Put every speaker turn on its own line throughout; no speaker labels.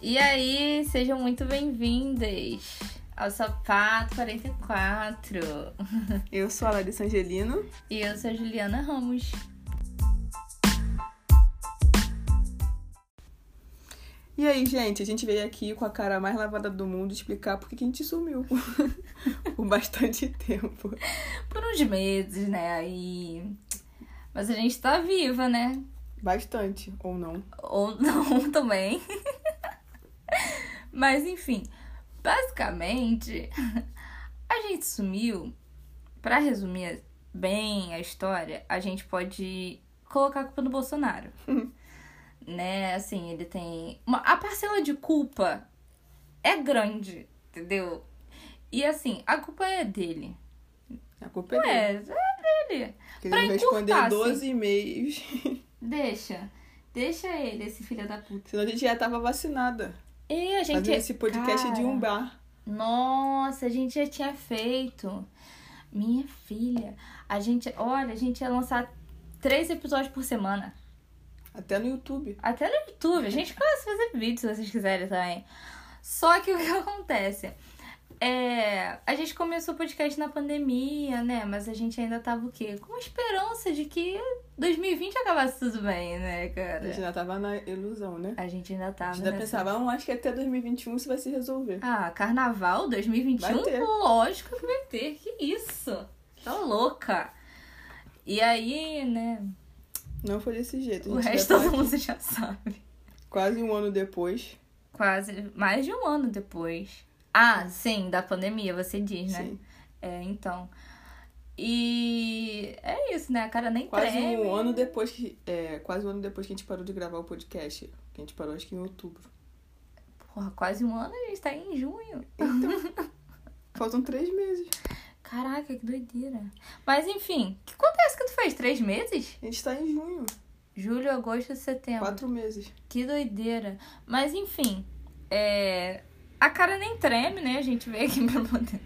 E aí, sejam muito bem-vindas ao Sapato 44.
Eu sou a Larissa Angelino.
E eu sou a Juliana Ramos.
E aí, gente, a gente veio aqui com a cara mais lavada do mundo explicar por que que a gente sumiu por bastante tempo.
Por uns meses, né? Aí. Mas a gente tá viva, né?
Bastante, ou não.
Ou não também. Mas enfim, basicamente, a gente sumiu. Pra resumir bem a história, a gente pode colocar a culpa no Bolsonaro. né? Assim, ele tem. Uma... A parcela de culpa é grande, entendeu? E assim, a culpa é dele.
A culpa é dele.
É, é dele.
Porque
pra
ele respondeu
encurtar, assim.
12 e-mails,
Deixa. Deixa ele, esse filho da puta.
senão a gente já tava vacinada.
E a gente.
Fazendo esse podcast de um bar.
Nossa, a gente já tinha feito. Minha filha, a gente, olha, a gente ia lançar três episódios por semana.
Até no YouTube.
Até no YouTube, a gente começa a fazer vídeo se vocês quiserem também. Só que o que acontece? É, a gente começou o podcast na pandemia, né? Mas a gente ainda tava o quê? Com esperança de que 2020 acabasse tudo bem, né,
A gente
cara?
já tava na ilusão, né?
A gente ainda
É. A
tava.
gente ainda
nessa-
pensava, ah, acho que até 2021 isso vai se resolver.
Ah, carnaval 2021?
Vai ter.
Lógico que vai ter. Que isso? Tá louca. E aí, né?
Não foi desse jeito. A
O
gente já
resto
tá
todo mundo já sabe.
quase um ano depois.
Quase mais de um ano depois. Ah, sim, da pandemia, você diz, né?
Sim.
É, então. E é isso, né? A cara nem
Quase
treme.
um ano depois que. É, quase um ano depois que a gente parou de gravar o podcast. Que a gente parou acho que em outubro.
Porra, quase um ano a gente tá em junho.
Faltam três meses.
Caraca, que doideira. Mas enfim, o que acontece que tu fez? Três meses?
A gente tá em junho.
Julho, agosto, setembro.
Quatro meses.
Que doideira. Mas enfim, é... a cara nem treme, né? A gente veio aqui pra poder.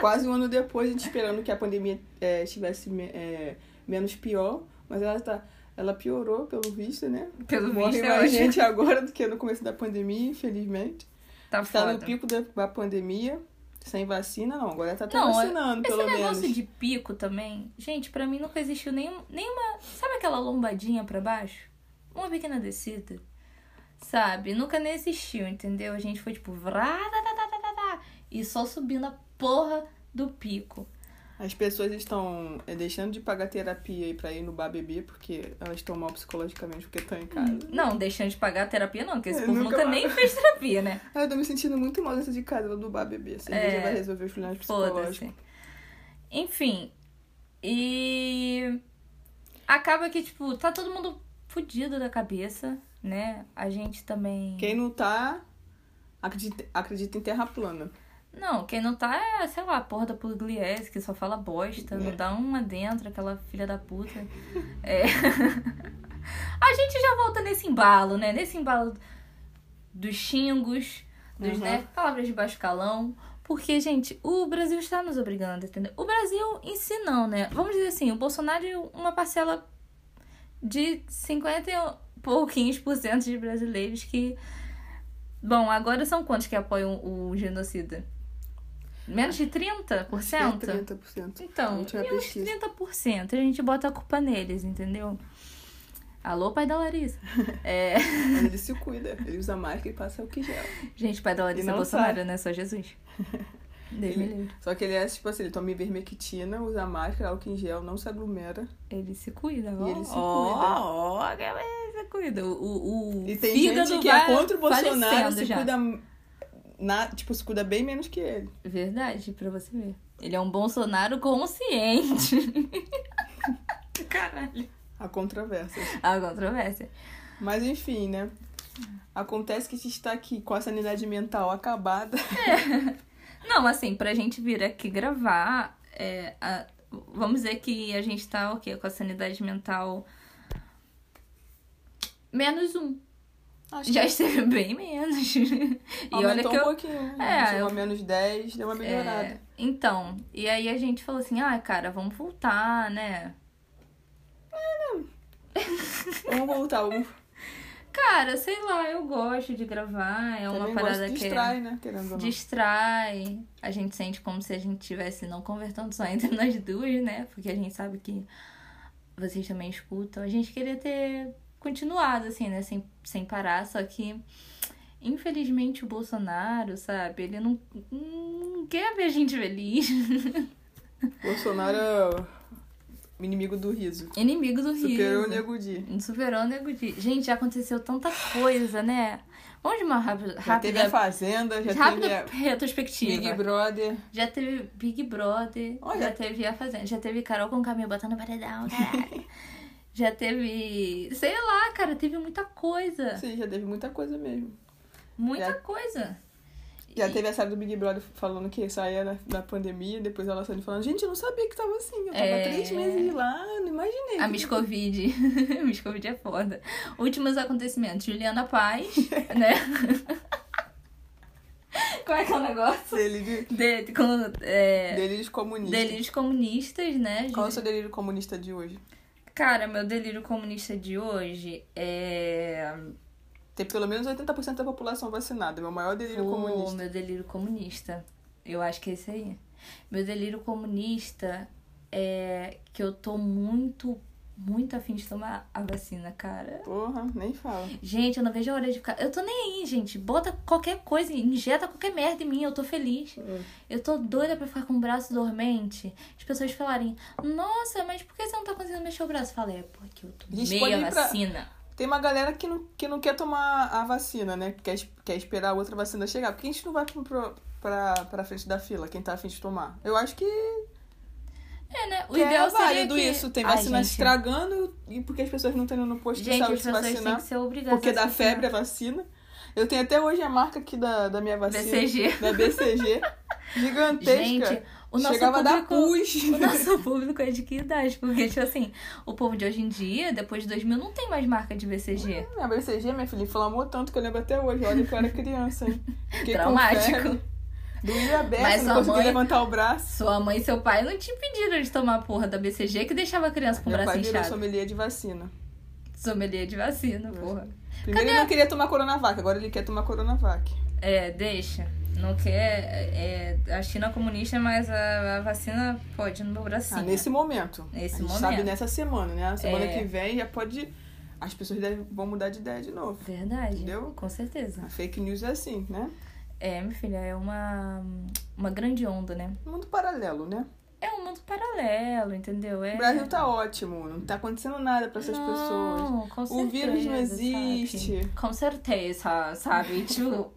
Quase um ano depois, a gente esperando que a pandemia é, estivesse me- é, menos pior. Mas ela tá. Ela piorou, pelo visto, né?
Pelo
Morre
visto, é
mais
hoje
gente agora do que no começo da pandemia, infelizmente.
tá
Está no
foda.
pico da, da pandemia, sem vacina, não. Agora tá até
Não,
vacinando,
Esse
pelo
negócio
menos.
de pico também, gente, pra mim nunca existiu nenhum, nenhuma. Sabe aquela lombadinha pra baixo? Uma pequena descida. Sabe? Nunca nem existiu, entendeu? A gente foi tipo. vrá, tá, tá, tá, tá, tá, tá, E só subindo a porra do pico.
As pessoas estão é, deixando de pagar terapia e pra ir no bar beber porque elas estão mal psicologicamente porque estão em casa.
Não, deixando de pagar a terapia, não, porque esse
Eu
povo
nunca
nunca
mais-
nem fez terapia, né?
Ah, eu tô me sentindo muito mal dentro de casa, vou do bar beber. Cerveja
É.
vai resolver os problemas psicológicos.
Foda-se. Enfim. E acaba que, tipo, tá todo mundo fudido da cabeça, né? A gente também.
Quem não tá, acredita, acredita em terra plana.
Não, quem não tá é, sei lá, a porra da Pugliese, que só fala bosta, não
É.
dá uma dentro, aquela filha da puta. É. A gente já volta nesse embalo, né? Nesse embalo dos xingos, dos,
Uhum.
né, palavras de baixo calão. Porque, gente, o Brasil está nos obrigando, entendeu? O Brasil em si não, né? Vamos dizer assim, o Bolsonaro é uma parcela de 50 e um pouquinhos por cento de brasileiros que... Bom, agora são quantos que apoiam o genocida? Menos de 30%?
Acho que é 30%.
Então,
Não tinha
e uns
pesquisa.
30%. A gente bota a culpa neles, entendeu? Alô, pai da Larissa. É,
Mas ele se cuida, ele usa máscara e passa o que gel.
gente, pai da Larissa
E
é
não
Bolsonaro,
sai.
né? Só Jesus. Deus me
Ele-
livre.
Só que ele é tipo assim, ele toma ivermectina, usa máscara, álcool em gel, não se aglomera.
Ele se cuida, ó.
E ele se cuida.
Ó, ó, galera, ele se cuida. O, o, o
E tem
fígado
gente que
vai
é contra o Bolsonaro
falecendo
se
já.
cuida. Na, tipo, se cuida bem menos que ele.
Verdade, pra você ver. Ele é um Bolsonaro consciente. Caralho.
Há controvérsias.
A controvérsia.
Mas enfim, né? Acontece que a gente está aqui com a sanidade mental acabada.
Não, assim, pra gente vir aqui gravar, é, a- vamos dizer que a gente tá o quê? Com a sanidade mental. Menos um.
Acho
Já esteve bem menos. e
Aumentou
olha que
um
eu.
pouquinho.
É,
né? Chegou a menos 10, deu uma melhorada.
É, então, e aí a gente falou assim: ah, cara, vamos voltar, né? É
Vamos voltar. Vamos...
Cara, sei lá, eu gosto de gravar, é uma
Também
parada
gosto de
que
distrai, né? Querendo ou não.
distrai. A gente sente como se a gente estivesse não conversando só entre nós duas, né? Porque a gente sabe que vocês também escutam. A gente queria ter continuado, assim, né? Sem, sem parar, só que. Infelizmente o Bolsonaro, sabe? Ele não, não quer ver a gente feliz.
Bolsonaro é o inimigo do riso.
Inimigo do Rio.
Superou o Nego Di.
Não Superou o Nego Di. Gente, já aconteceu tanta coisa, né? Vamos de uma rápida,
Já teve a
rápida,
Fazenda, já
rápida
teve a
retrospectiva.
Big Brother.
Já teve Big Brother,
Olha.
já teve a Fazenda, já teve Carol com o caminho botando paredão, caralho. já teve. Sei lá, cara, teve muita coisa.
Sim, já teve muita coisa mesmo.
Muita
Já-
coisa.
Já
E-
teve a série do Big Brother falando que saía da, da pandemia, depois ela saindo falando, gente, eu não sabia que tava assim. Eu tava
É.
três meses lá, não imaginei.
A Miss Covid. Miss Covid é foda. Últimos acontecimentos. Juliana Paz, né? Como é que é o negócio?
Delírio,
De, com, é,
delírios comunistas.
delírios comunistas, né?
Qual é o seu delírio comunista de hoje?
Cara, meu delírio comunista de hoje é.
Tem pelo menos 80% da população vacinada. Meu maior delírio
Pô,
comunista.
meu delírio comunista. Eu acho que é esse aí. Meu delírio comunista é que eu tô muito, muito afim de tomar a vacina, cara.
Porra, nem fala.
Gente, eu não vejo a hora de ficar. Eu tô nem aí, gente. Bota qualquer coisa, injeta qualquer merda em mim, eu tô feliz.
Hum.
Eu tô doida pra ficar com o braço dormente. As pessoas falarem, nossa, mas por que você não tá conseguindo mexer o braço? Eu falei, é porque eu
Gente,
tomei
pode ir
a
pra-
vacina.
Tem uma galera que não, que não quer tomar a vacina, né? Que quer, es- quer esperar a outra vacina chegar. Por que a gente não vai pro- pro- pra, pra frente da fila, quem tá afim de tomar? Eu acho que,
É, né? O
que
ideal
é
seria
válido
que...
isso. Tem
Ai,
vacina
gente,
estragando e porque as pessoas não estão indo no posto de
Gente, as
saúde se
pessoas têm
vacinar.
que ser obrigadas
Porque
a se
dá
vacinar.
febre a vacina. Eu tenho até hoje a marca aqui da, da minha vacina.
BCG.
Da BCG. Assim, Gigantesca.
Gente, o nosso
Chegava a dar
público...
pus.
O nosso público é de que idade? Porque, tipo assim, o povo de hoje em dia, depois de 2000, não tem mais marca de BCG.
A BCG, minha filha, inflamou tanto que eu lembro até hoje. Olha que eu era criança, hein? Fiquei com
Traumático.
febre, Doía
Mas
aberto, não
sua
consegui
mãe-
levantar o braço.
Sua mãe e seu pai não te pediram de tomar a porra da BCG que deixava a criança com o
Meu
braço
pai virou
inchado.
sommelier de vacina.
Sommelier de vacina, porra.
Primeiro ele não queria tomar Coronavac, agora ele quer tomar Coronavac.
É, deixa. Não quer. É, a China é comunista, mas a, a vacina pode no meu
Ah,
bracinho.
nesse momento.
é. Nesse
a gente
momento.
sabe nessa semana, né? A semana
É.
que vem já pode... As pessoas devem- vão mudar de ideia de novo.
Verdade.
Entendeu?
Com certeza.
A fake news é assim, né?
É, minha filha, é uma, uma grande onda, né?
Mundo paralelo, né?
É um mundo paralelo, entendeu? É...
O Brasil tá ótimo, não tá acontecendo nada pra essas pessoas.
Não, com certeza,
O vírus não
sabe?
existe.
Com certeza, sabe? tipo,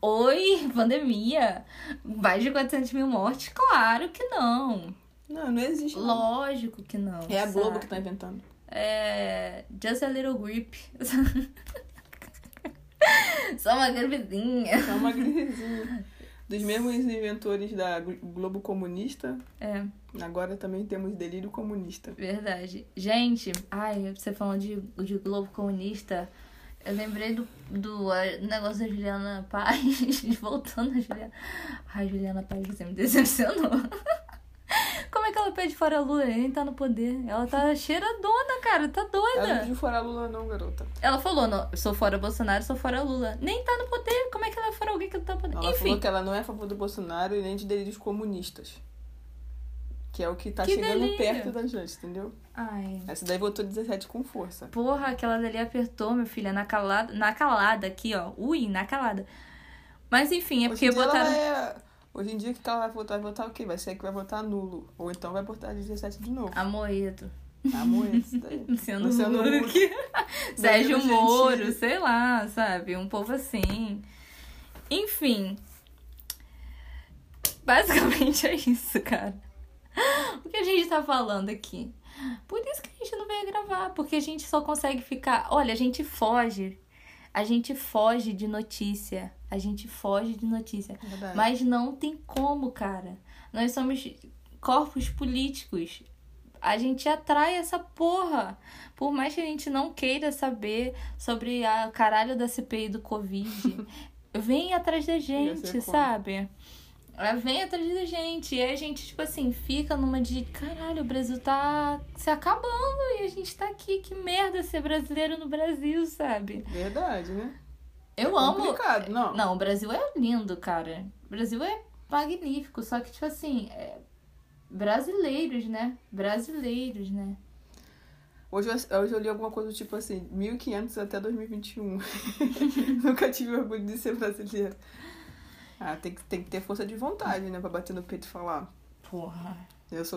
oi, pandemia. Mais de 400 mil mortes? Claro que não.
Não, não existe. não.
Lógico que não.
É a Globo
sabe?
que tá inventando.
É. Just a little grip. Só uma gripezinha.
É uma gripezinha. Dos mesmos inventores da Glo- Globo Comunista,
É,
agora também temos delírio comunista.
verdade. Gente, ai, você falando de, de Globo Comunista. Eu lembrei do, do eh, negócio da Juliana Paz. Voltando a Juliana. Ai, Juliana Paz, você me decepcionou. Como é que ela pede fora a Lula? Ela nem tá no poder. Ela tá cheiradona, cara. Tá
Ela é não
doida.
pediu fora Lula não, garota.
Ela falou, não, sou fora Bolsonaro, sou fora Lula. Nem tá no poder. Como é que ela é fora alguém que não tá no poder?
Ela
Enfim.
falou que ela não é a favor do Bolsonaro e nem de delírios comunistas. Que é o que tá
Que
chegando
delírio.
perto da gente, entendeu?
Ai.
Essa daí votou 17 com força.
Porra, aquela dali apertou, meu filho. é Na calada, na calada aqui, ó. Ui, na calada. Mas enfim, é
Hoje em
porque
dia ela
botaram.
é- Hoje em dia que ela vai votar, vai votar o quê? Vai ser que vai votar nulo. Ou então vai votar 17 de novo.
Amoedo.
Amor, isso daí.
Luciano,
Luciano
Huck.
Huck.
Sérgio
Danilo
Moro,
Gentili.
sei lá, sabe? Um povo assim. Enfim. Basicamente é isso, cara. O que a gente tá falando aqui? Por isso que a gente não veio gravar, porque a gente só consegue ficar. Olha, a gente foge. A gente foge de notícia. A gente foge de notícia.
Verdade.
Mas não tem como, cara. Nós somos corpos políticos. A gente atrai essa porra. Por mais que a gente não queira saber sobre a caralho da CPI do Covid, vem atrás da
ser
gente,
como.
sabe? Ela vem atrás da gente. E a gente, tipo assim, fica numa de caralho, o Brasil tá se acabando e a gente tá aqui. Que merda ser brasileiro no Brasil, sabe?
Verdade, né?
Eu
É
amo.
Complicado, não.
Não, o Brasil é lindo, cara. O Brasil é magnífico. Só que, tipo assim, é... brasileiros, né? Brasileiros, né?
Hoje eu, hoje eu li alguma coisa do tipo assim, 1500 até 2021. Nunca tive orgulho de ser brasileiro. Ah, tem que, tem que ter força de vontade, né? Pra bater no peito e falar,
Porra,
eu sou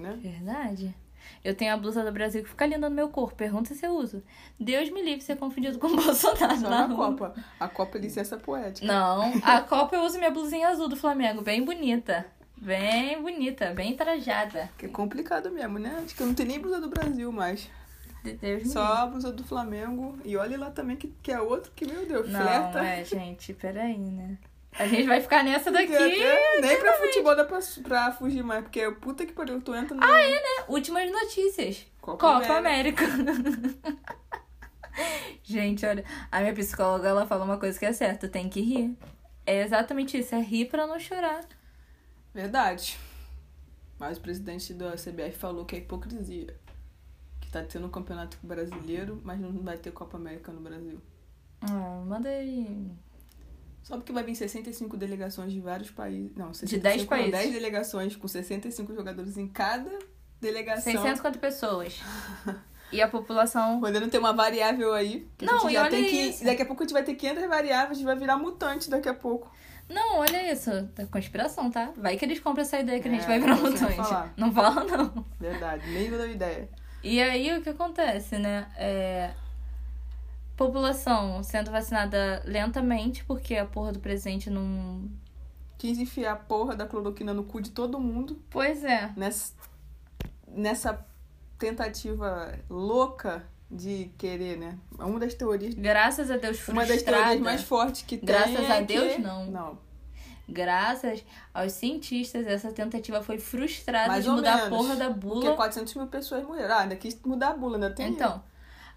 né?
verdade. Eu tenho a blusa do Brasil que fica linda no meu corpo. Pergunta se eu uso. Deus me livre de ser confundido com o Bolsonaro
Só
na
na
rua.
Copa. A Copa é licença poética.
Não, a Copa eu uso minha blusinha azul do Flamengo, bem bonita. Bem bonita, bem trajada.
Que é complicado mesmo, né? Acho que eu não tenho nem blusa do Brasil mais.
De- Deus me
Só a blusa do Flamengo. E olha lá também que, que é outro que, meu Deus,
livre. Não,
flerta.
é, gente, peraí, né? A gente vai ficar nessa daqui.
Até- nem pra futebol dá pra, pra fugir mais, porque puta que pariu, tu entra no.
Últimas notícias.
Copa
Copa, América. gente, olha, a minha psicóloga ela fala uma coisa que é certa, tem que rir. É exatamente isso, é rir pra não chorar.
Verdade. Mas o presidente da CBF falou que é hipocrisia. Que tá tendo um campeonato brasileiro, mas não vai ter Copa América no Brasil.
Ah, mandei.
Só porque vai vir 65 delegações de vários países. Não, 65,
De 10
não,
países.
10 delegações com 65 jogadores em cada
É
delegação.
650 pessoas. E a população
Podendo ter uma variável aí. Que a
Não,
gente
e
já
olha
tem que.
isso.
Daqui a pouco a gente vai ter 500 variáveis, a gente vai virar mutante daqui a pouco.
Não, olha isso. Tá conspiração, tá? Vai que eles compram essa ideia que a gente
É,
vai virar
você vai falar.
mutante. Não fala, não.
Verdade, nem da ideia.
E aí, o que acontece, né? É... População sendo vacinada lentamente, porque a porra do presidente não...
Quis enfiar a porra da cloroquina no cu de todo mundo.
Pois é.
nessa, nessa tentativa louca de querer, né? Uma das teorias.
Graças a Deus
Uma
frustrada.
das né? teorias mais fortes que tem.
Graças
é
a Deus,
que-
não.
Não.
Graças aos cientistas, essa tentativa foi frustrada
Mais
de
ou
mudar a
menos.
porra da
Porque
bula.
400 mil pessoas morreram. Ah, ainda quis mudar a bula, ainda tem.
Então,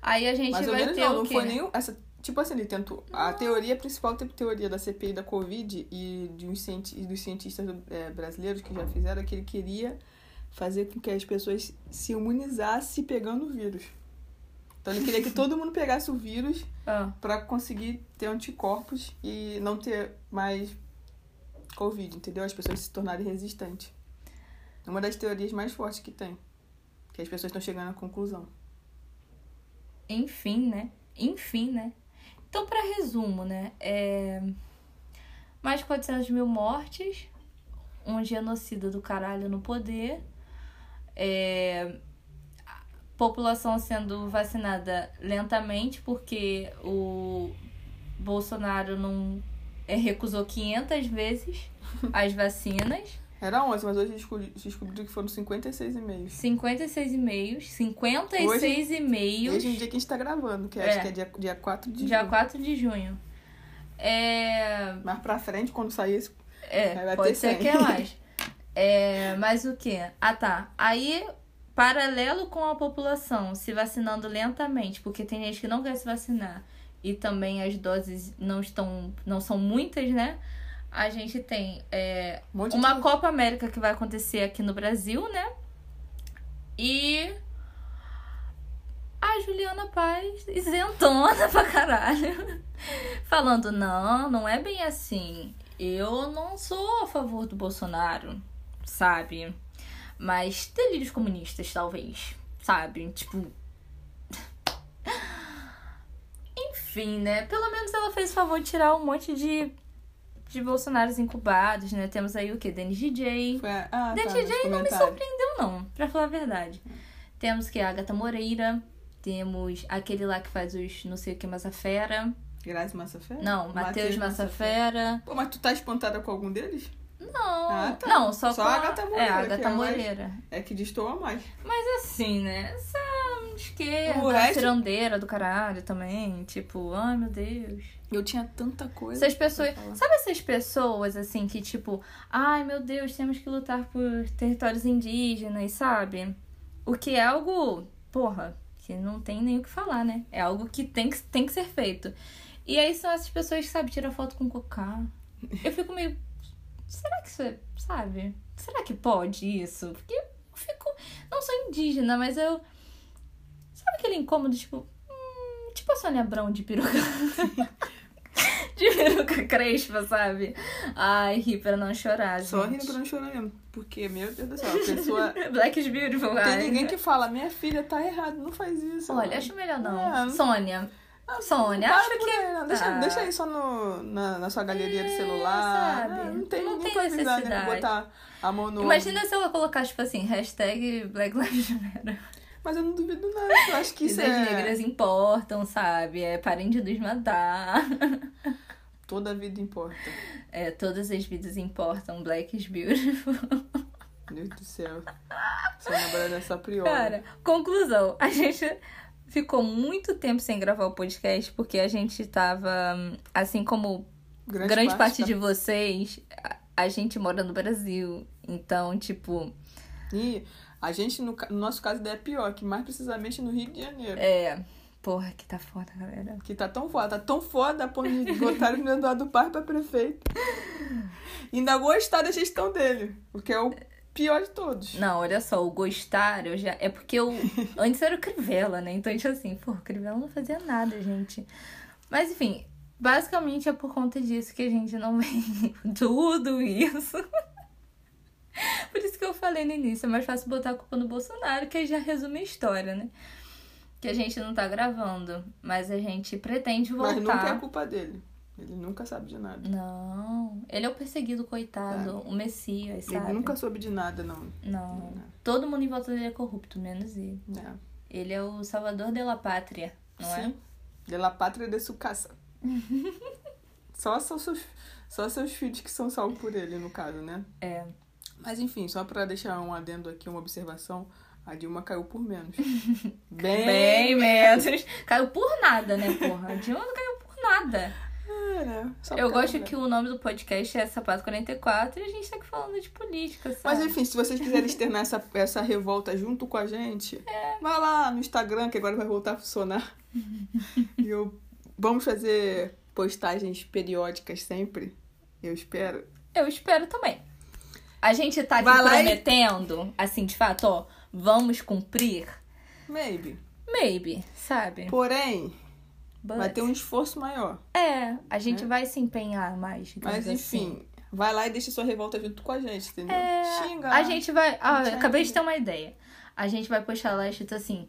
aí a gente
mais ou
vai
menos
ter
não,
o
não
quê? né?
foi nenhum. Essa, tipo assim, ele tentou. A teoria principal, teve teoria da CPI da Covid e, de uns cienti- e dos cientistas eh, brasileiros que já fizeram, é que ele queria fazer com que as pessoas se imunizassem pegando o vírus. Então ele queria que todo mundo pegasse o vírus
Ah,
Pra conseguir ter anticorpos e não ter mais covid, entendeu? As pessoas se tornarem resistentes. É Uma das teorias mais fortes que tem, que as pessoas estão chegando à conclusão.
Enfim, né? Enfim, né? Então, pra resumo, né? É... Mais 400 mil mortes, um genocida do caralho no poder, é... a população sendo vacinada lentamente porque o Bolsonaro não é, recusou 500 vezes as vacinas,
Era 11, mas hoje descobri- descobriu que foram 56 e-mails.
56 e-mails, 56
E
e-mails.
hoje é o dia que a gente tá gravando, que
É.
acho que é dia, dia 4 de
Dia
junho.
4 de junho. É.
Mais pra frente, quando sair esse... Aí
É,
vai
pode
ter
ser
100.
que é mais. É, mas o que? Ah, tá. Aí, paralelo com a população se vacinando lentamente, porque tem gente que não quer se vacinar e também as doses não estão. não são muitas, né? A gente tem é,
um monte
uma
de...
Copa América que vai acontecer aqui no Brasil, né? E. A Juliana Paz isentona pra caralho. Falando, não, não é bem assim. Eu não sou a favor do Bolsonaro, sabe? Mas delírios comunistas, talvez. Sabe? Tipo. Enfim, né? Pelo menos ela fez o favor de tirar um monte de de Bolsonaros incubados, né? Temos aí o que? Denis DJ.
Foi a- Ah,
Denis
tá,
DJ não me
surpreendeu.
surpreendeu, não, pra falar a verdade. Temos que a Agatha Moreira. Temos aquele lá que faz os não sei o que Massafera.
Grazi Massafera?
Não, Matheus Massafera.
Pô, mas tu tá espantada com algum deles?
Não.
Ah, tá.
Não, só,
Só
com
a Agatha
É,
Moreira,
a
que é
Agatha
a mais-
Moreira.
É que destoa mais.
Mas assim, né? Essa esquerda,
O resto-
cirandeira do caralho também. Tipo, ai meu Deus.
Eu tinha tanta coisa.
Essas pessoas.
falar.
Sabe essas pessoas assim que, tipo, ai meu Deus, temos que lutar por territórios indígenas, sabe? O que é algo, porra, que não tem nem o que falar, né? É algo que tem que, tem que ser feito. E aí são essas pessoas que, sabe, tiram foto com cocá. Eu fico meio. será que isso é, sabe? Será que pode isso? Porque eu fico, não sou indígena, mas eu, sabe aquele incômodo, tipo, hum, tipo a Sônia Abrão de peruca. de peruca crespa, sabe? Ai, ri pra não chorar,
Só
gente.
rindo pra não chorar mesmo. Porque, meu Deus do céu, a pessoa.
Black is beautiful,
Tem
ai.
ninguém que fala, minha filha tá errado, não faz isso.
Olha, acho melhor não.
É. Ah,
Sônia. Sônia,
Para
acho
por
que.
aí, não. Deixa,
Ah.
deixa aí só no, na, na sua galeria do
É,
celular.
sabe?
Ah, Não tem,
Não
não
tem
precisa né,
necessidade.
botar a mão no.
Imagina se ela colocar, tipo assim, hashtag Black Lives Matter.
Mas eu não duvido nada. Eu acho que isso
Vidas
é.
negras importam, sabe? É parem de nos matar.
Toda vida importa.
É, todas as vidas importam, Black is beautiful.
Meu Deus do céu. Só lembrar dessa priola.
Cara, conclusão. A gente ficou muito tempo sem gravar o podcast porque a gente tava, assim como grande, parte, de vocês, a, a gente mora no Brasil. Então, tipo,
da- E a gente, no, ca- no nosso caso, ainda é pior, que mais precisamente no Rio de Janeiro.
é. Porra, que tá foda, galera.
Que tá tão foda, tá tão foda a ponto de botar o Eduardo Paz pra prefeito. E ainda gostar da gestão dele, porque é o pior de todos.
Não, olha só, o gostar, eu já. É porque eu. Antes era o Crivella, né? Então a gente assim, pô, o Crivella não fazia nada, gente. Mas enfim, basicamente é por conta disso que a gente não vem tudo isso. Por isso que eu falei no início, é mais fácil botar a culpa no Bolsonaro, que aí já resume a história, né? Que a gente não tá gravando, mas a gente pretende voltar.
Mas nunca é culpa dele. Ele nunca sabe de nada.
Não, ele é o perseguido, coitado, o Messias, sabe?
Tá. Ele nunca soube de nada, não.
Não.
Não.
Todo mundo em volta dele é corrupto, menos ele.
É.
Ele é o salvador de la pátria, não é?
Sim. De la pátria de su casa. só, só, seus, só seus filhos que são salvos por ele, no caso, né?
É.
Mas enfim, só pra deixar um adendo aqui, uma observação, a Dilma caiu por menos. Bem,
Bem menos. Caiu por nada, né, porra? A Dilma não caiu por nada.
É, né? Só
Eu
por causa
gosto
dela.
que o nome do podcast é Sapato 44 e a gente tá aqui falando de política, sabe?
Mas enfim, se vocês quiserem externar essa, essa revolta junto com a gente,
É.
vai lá no Instagram, que agora vai voltar a funcionar. e eu, vamos fazer postagens periódicas sempre, eu espero.
Eu espero também. A gente tá aqui
Vai lá e-
prometendo, assim, de fato, ó, vamos cumprir.
Maybe.
Maybe, sabe?
Porém,
But-
vai ter um esforço maior.
É, a gente vai se empenhar mais. digamos
Mas
assim.
enfim, vai lá e deixa sua revolta junto com a gente, entendeu?
É,
Xinga.
A gente vai. Ah, eu
Gente.
acabei de ter uma ideia. A gente vai postar lá escrito assim: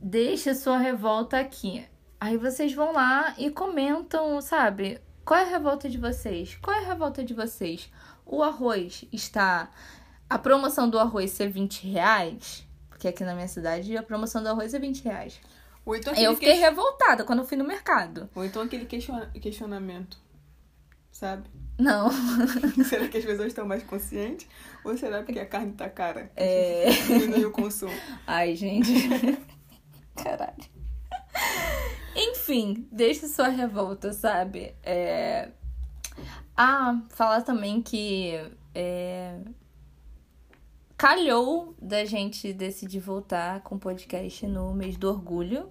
deixa sua revolta aqui. Aí vocês vão lá e comentam, sabe? Qual é a revolta de vocês? Qual é a revolta de vocês? O arroz está. A promoção do arroz ser 20 reais? Porque aqui na minha cidade a promoção do arroz é 20 reais.
Ou então aquele,
Eu fiquei
que-
revoltada quando eu fui no mercado.
Ou então aquele questiona- questionamento. Sabe?
Não.
será que as pessoas estão mais conscientes? Ou será porque a carne tá cara?
É.
Diminuiu o consumo.
Ai, gente. Caralho. Enfim, deixa sua revolta, sabe? É... Ah, falar também que é, calhou da gente decidir voltar com o podcast no mês do orgulho,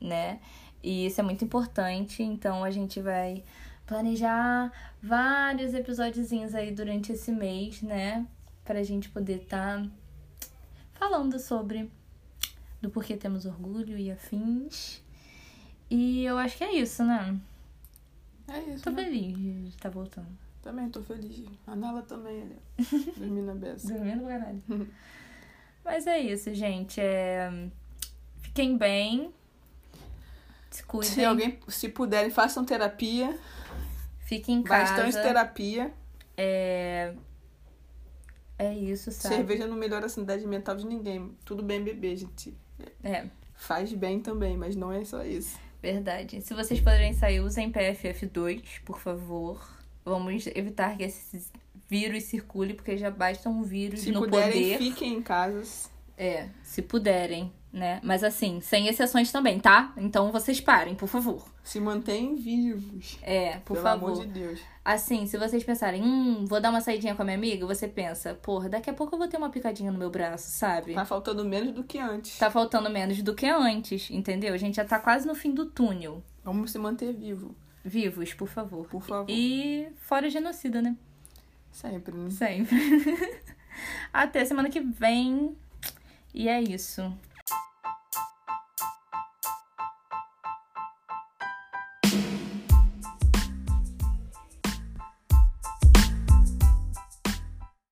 né? E isso é muito importante, então a gente vai planejar vários episódiozinhos aí durante esse mês, né? Pra gente poder tá estar falando sobre do porquê temos orgulho e afins. E eu acho que é isso, né?
É isso.
Tô
né?
feliz de estar voltando.
Também tô feliz. A Nala também, né? Dormindo a beça.
Dormindo pra caralho. Mas é isso, gente. É... Fiquem bem. Se cuidem.
Se alguém, se puderem, façam terapia.
Fiquem em casa.
Bastante terapia.
É isso, sabe?
Cerveja não melhora a sanidade mental de ninguém. Tudo bem beber, gente.
É,
Faz bem também, mas não é só isso.
verdade. Se vocês puderem sair, usem PFF2, por favor. Vamos evitar que esse vírus circule, porque já basta um vírus
Se
no
puderem,
poder.
fiquem em casa.
É, se puderem, né? Mas assim, sem exceções também, tá? Então vocês parem, por favor.
Se mantêm vivos.
É, por
pelo
favor.
amor de Deus.
Assim, se vocês pensarem, hum, vou dar uma saidinha com a minha amiga, você pensa, porra, daqui a pouco eu vou ter uma picadinha no meu braço, sabe?
Tá faltando menos do que antes.
Tá faltando menos do que antes, entendeu? A gente já tá quase no fim do túnel.
Vamos se manter vivo,
Vivos, por favor.
por favor.
E fora genocida, né?
Sempre, né?
Sempre. Até semana que vem. E é isso.